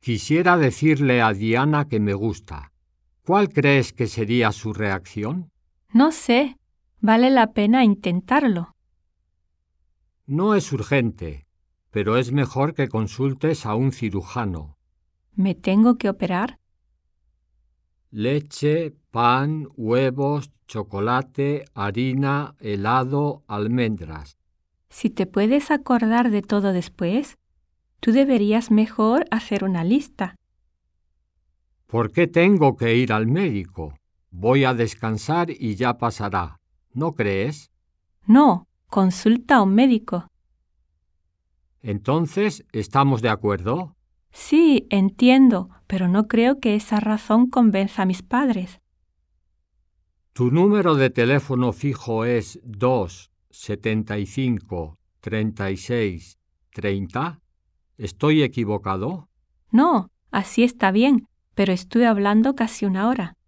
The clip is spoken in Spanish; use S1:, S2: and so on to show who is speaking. S1: Quisiera decirle a Diana que me gusta. ¿Cuál crees que sería su reacción?
S2: No sé, vale la pena intentarlo.
S1: No es urgente, pero es mejor que consultes a un cirujano.
S2: ¿Me tengo que operar?
S1: Leche, pan, huevos, chocolate, harina, helado, almendras.
S2: Si te puedes acordar de todo después, tú deberías mejor hacer una lista.
S1: ¿Por qué tengo que ir al médico? Voy a descansar y ya pasará. ¿No crees?
S2: No, consulta a un médico.
S1: Entonces, ¿estamos de acuerdo?
S2: Sí, entiendo, pero no creo que esa razón convenza a mis padres.
S1: Tu número de teléfono fijo es 2 75 36 30. ¿Estoy equivocado?
S2: No, así está bien, pero estuve hablando casi una hora.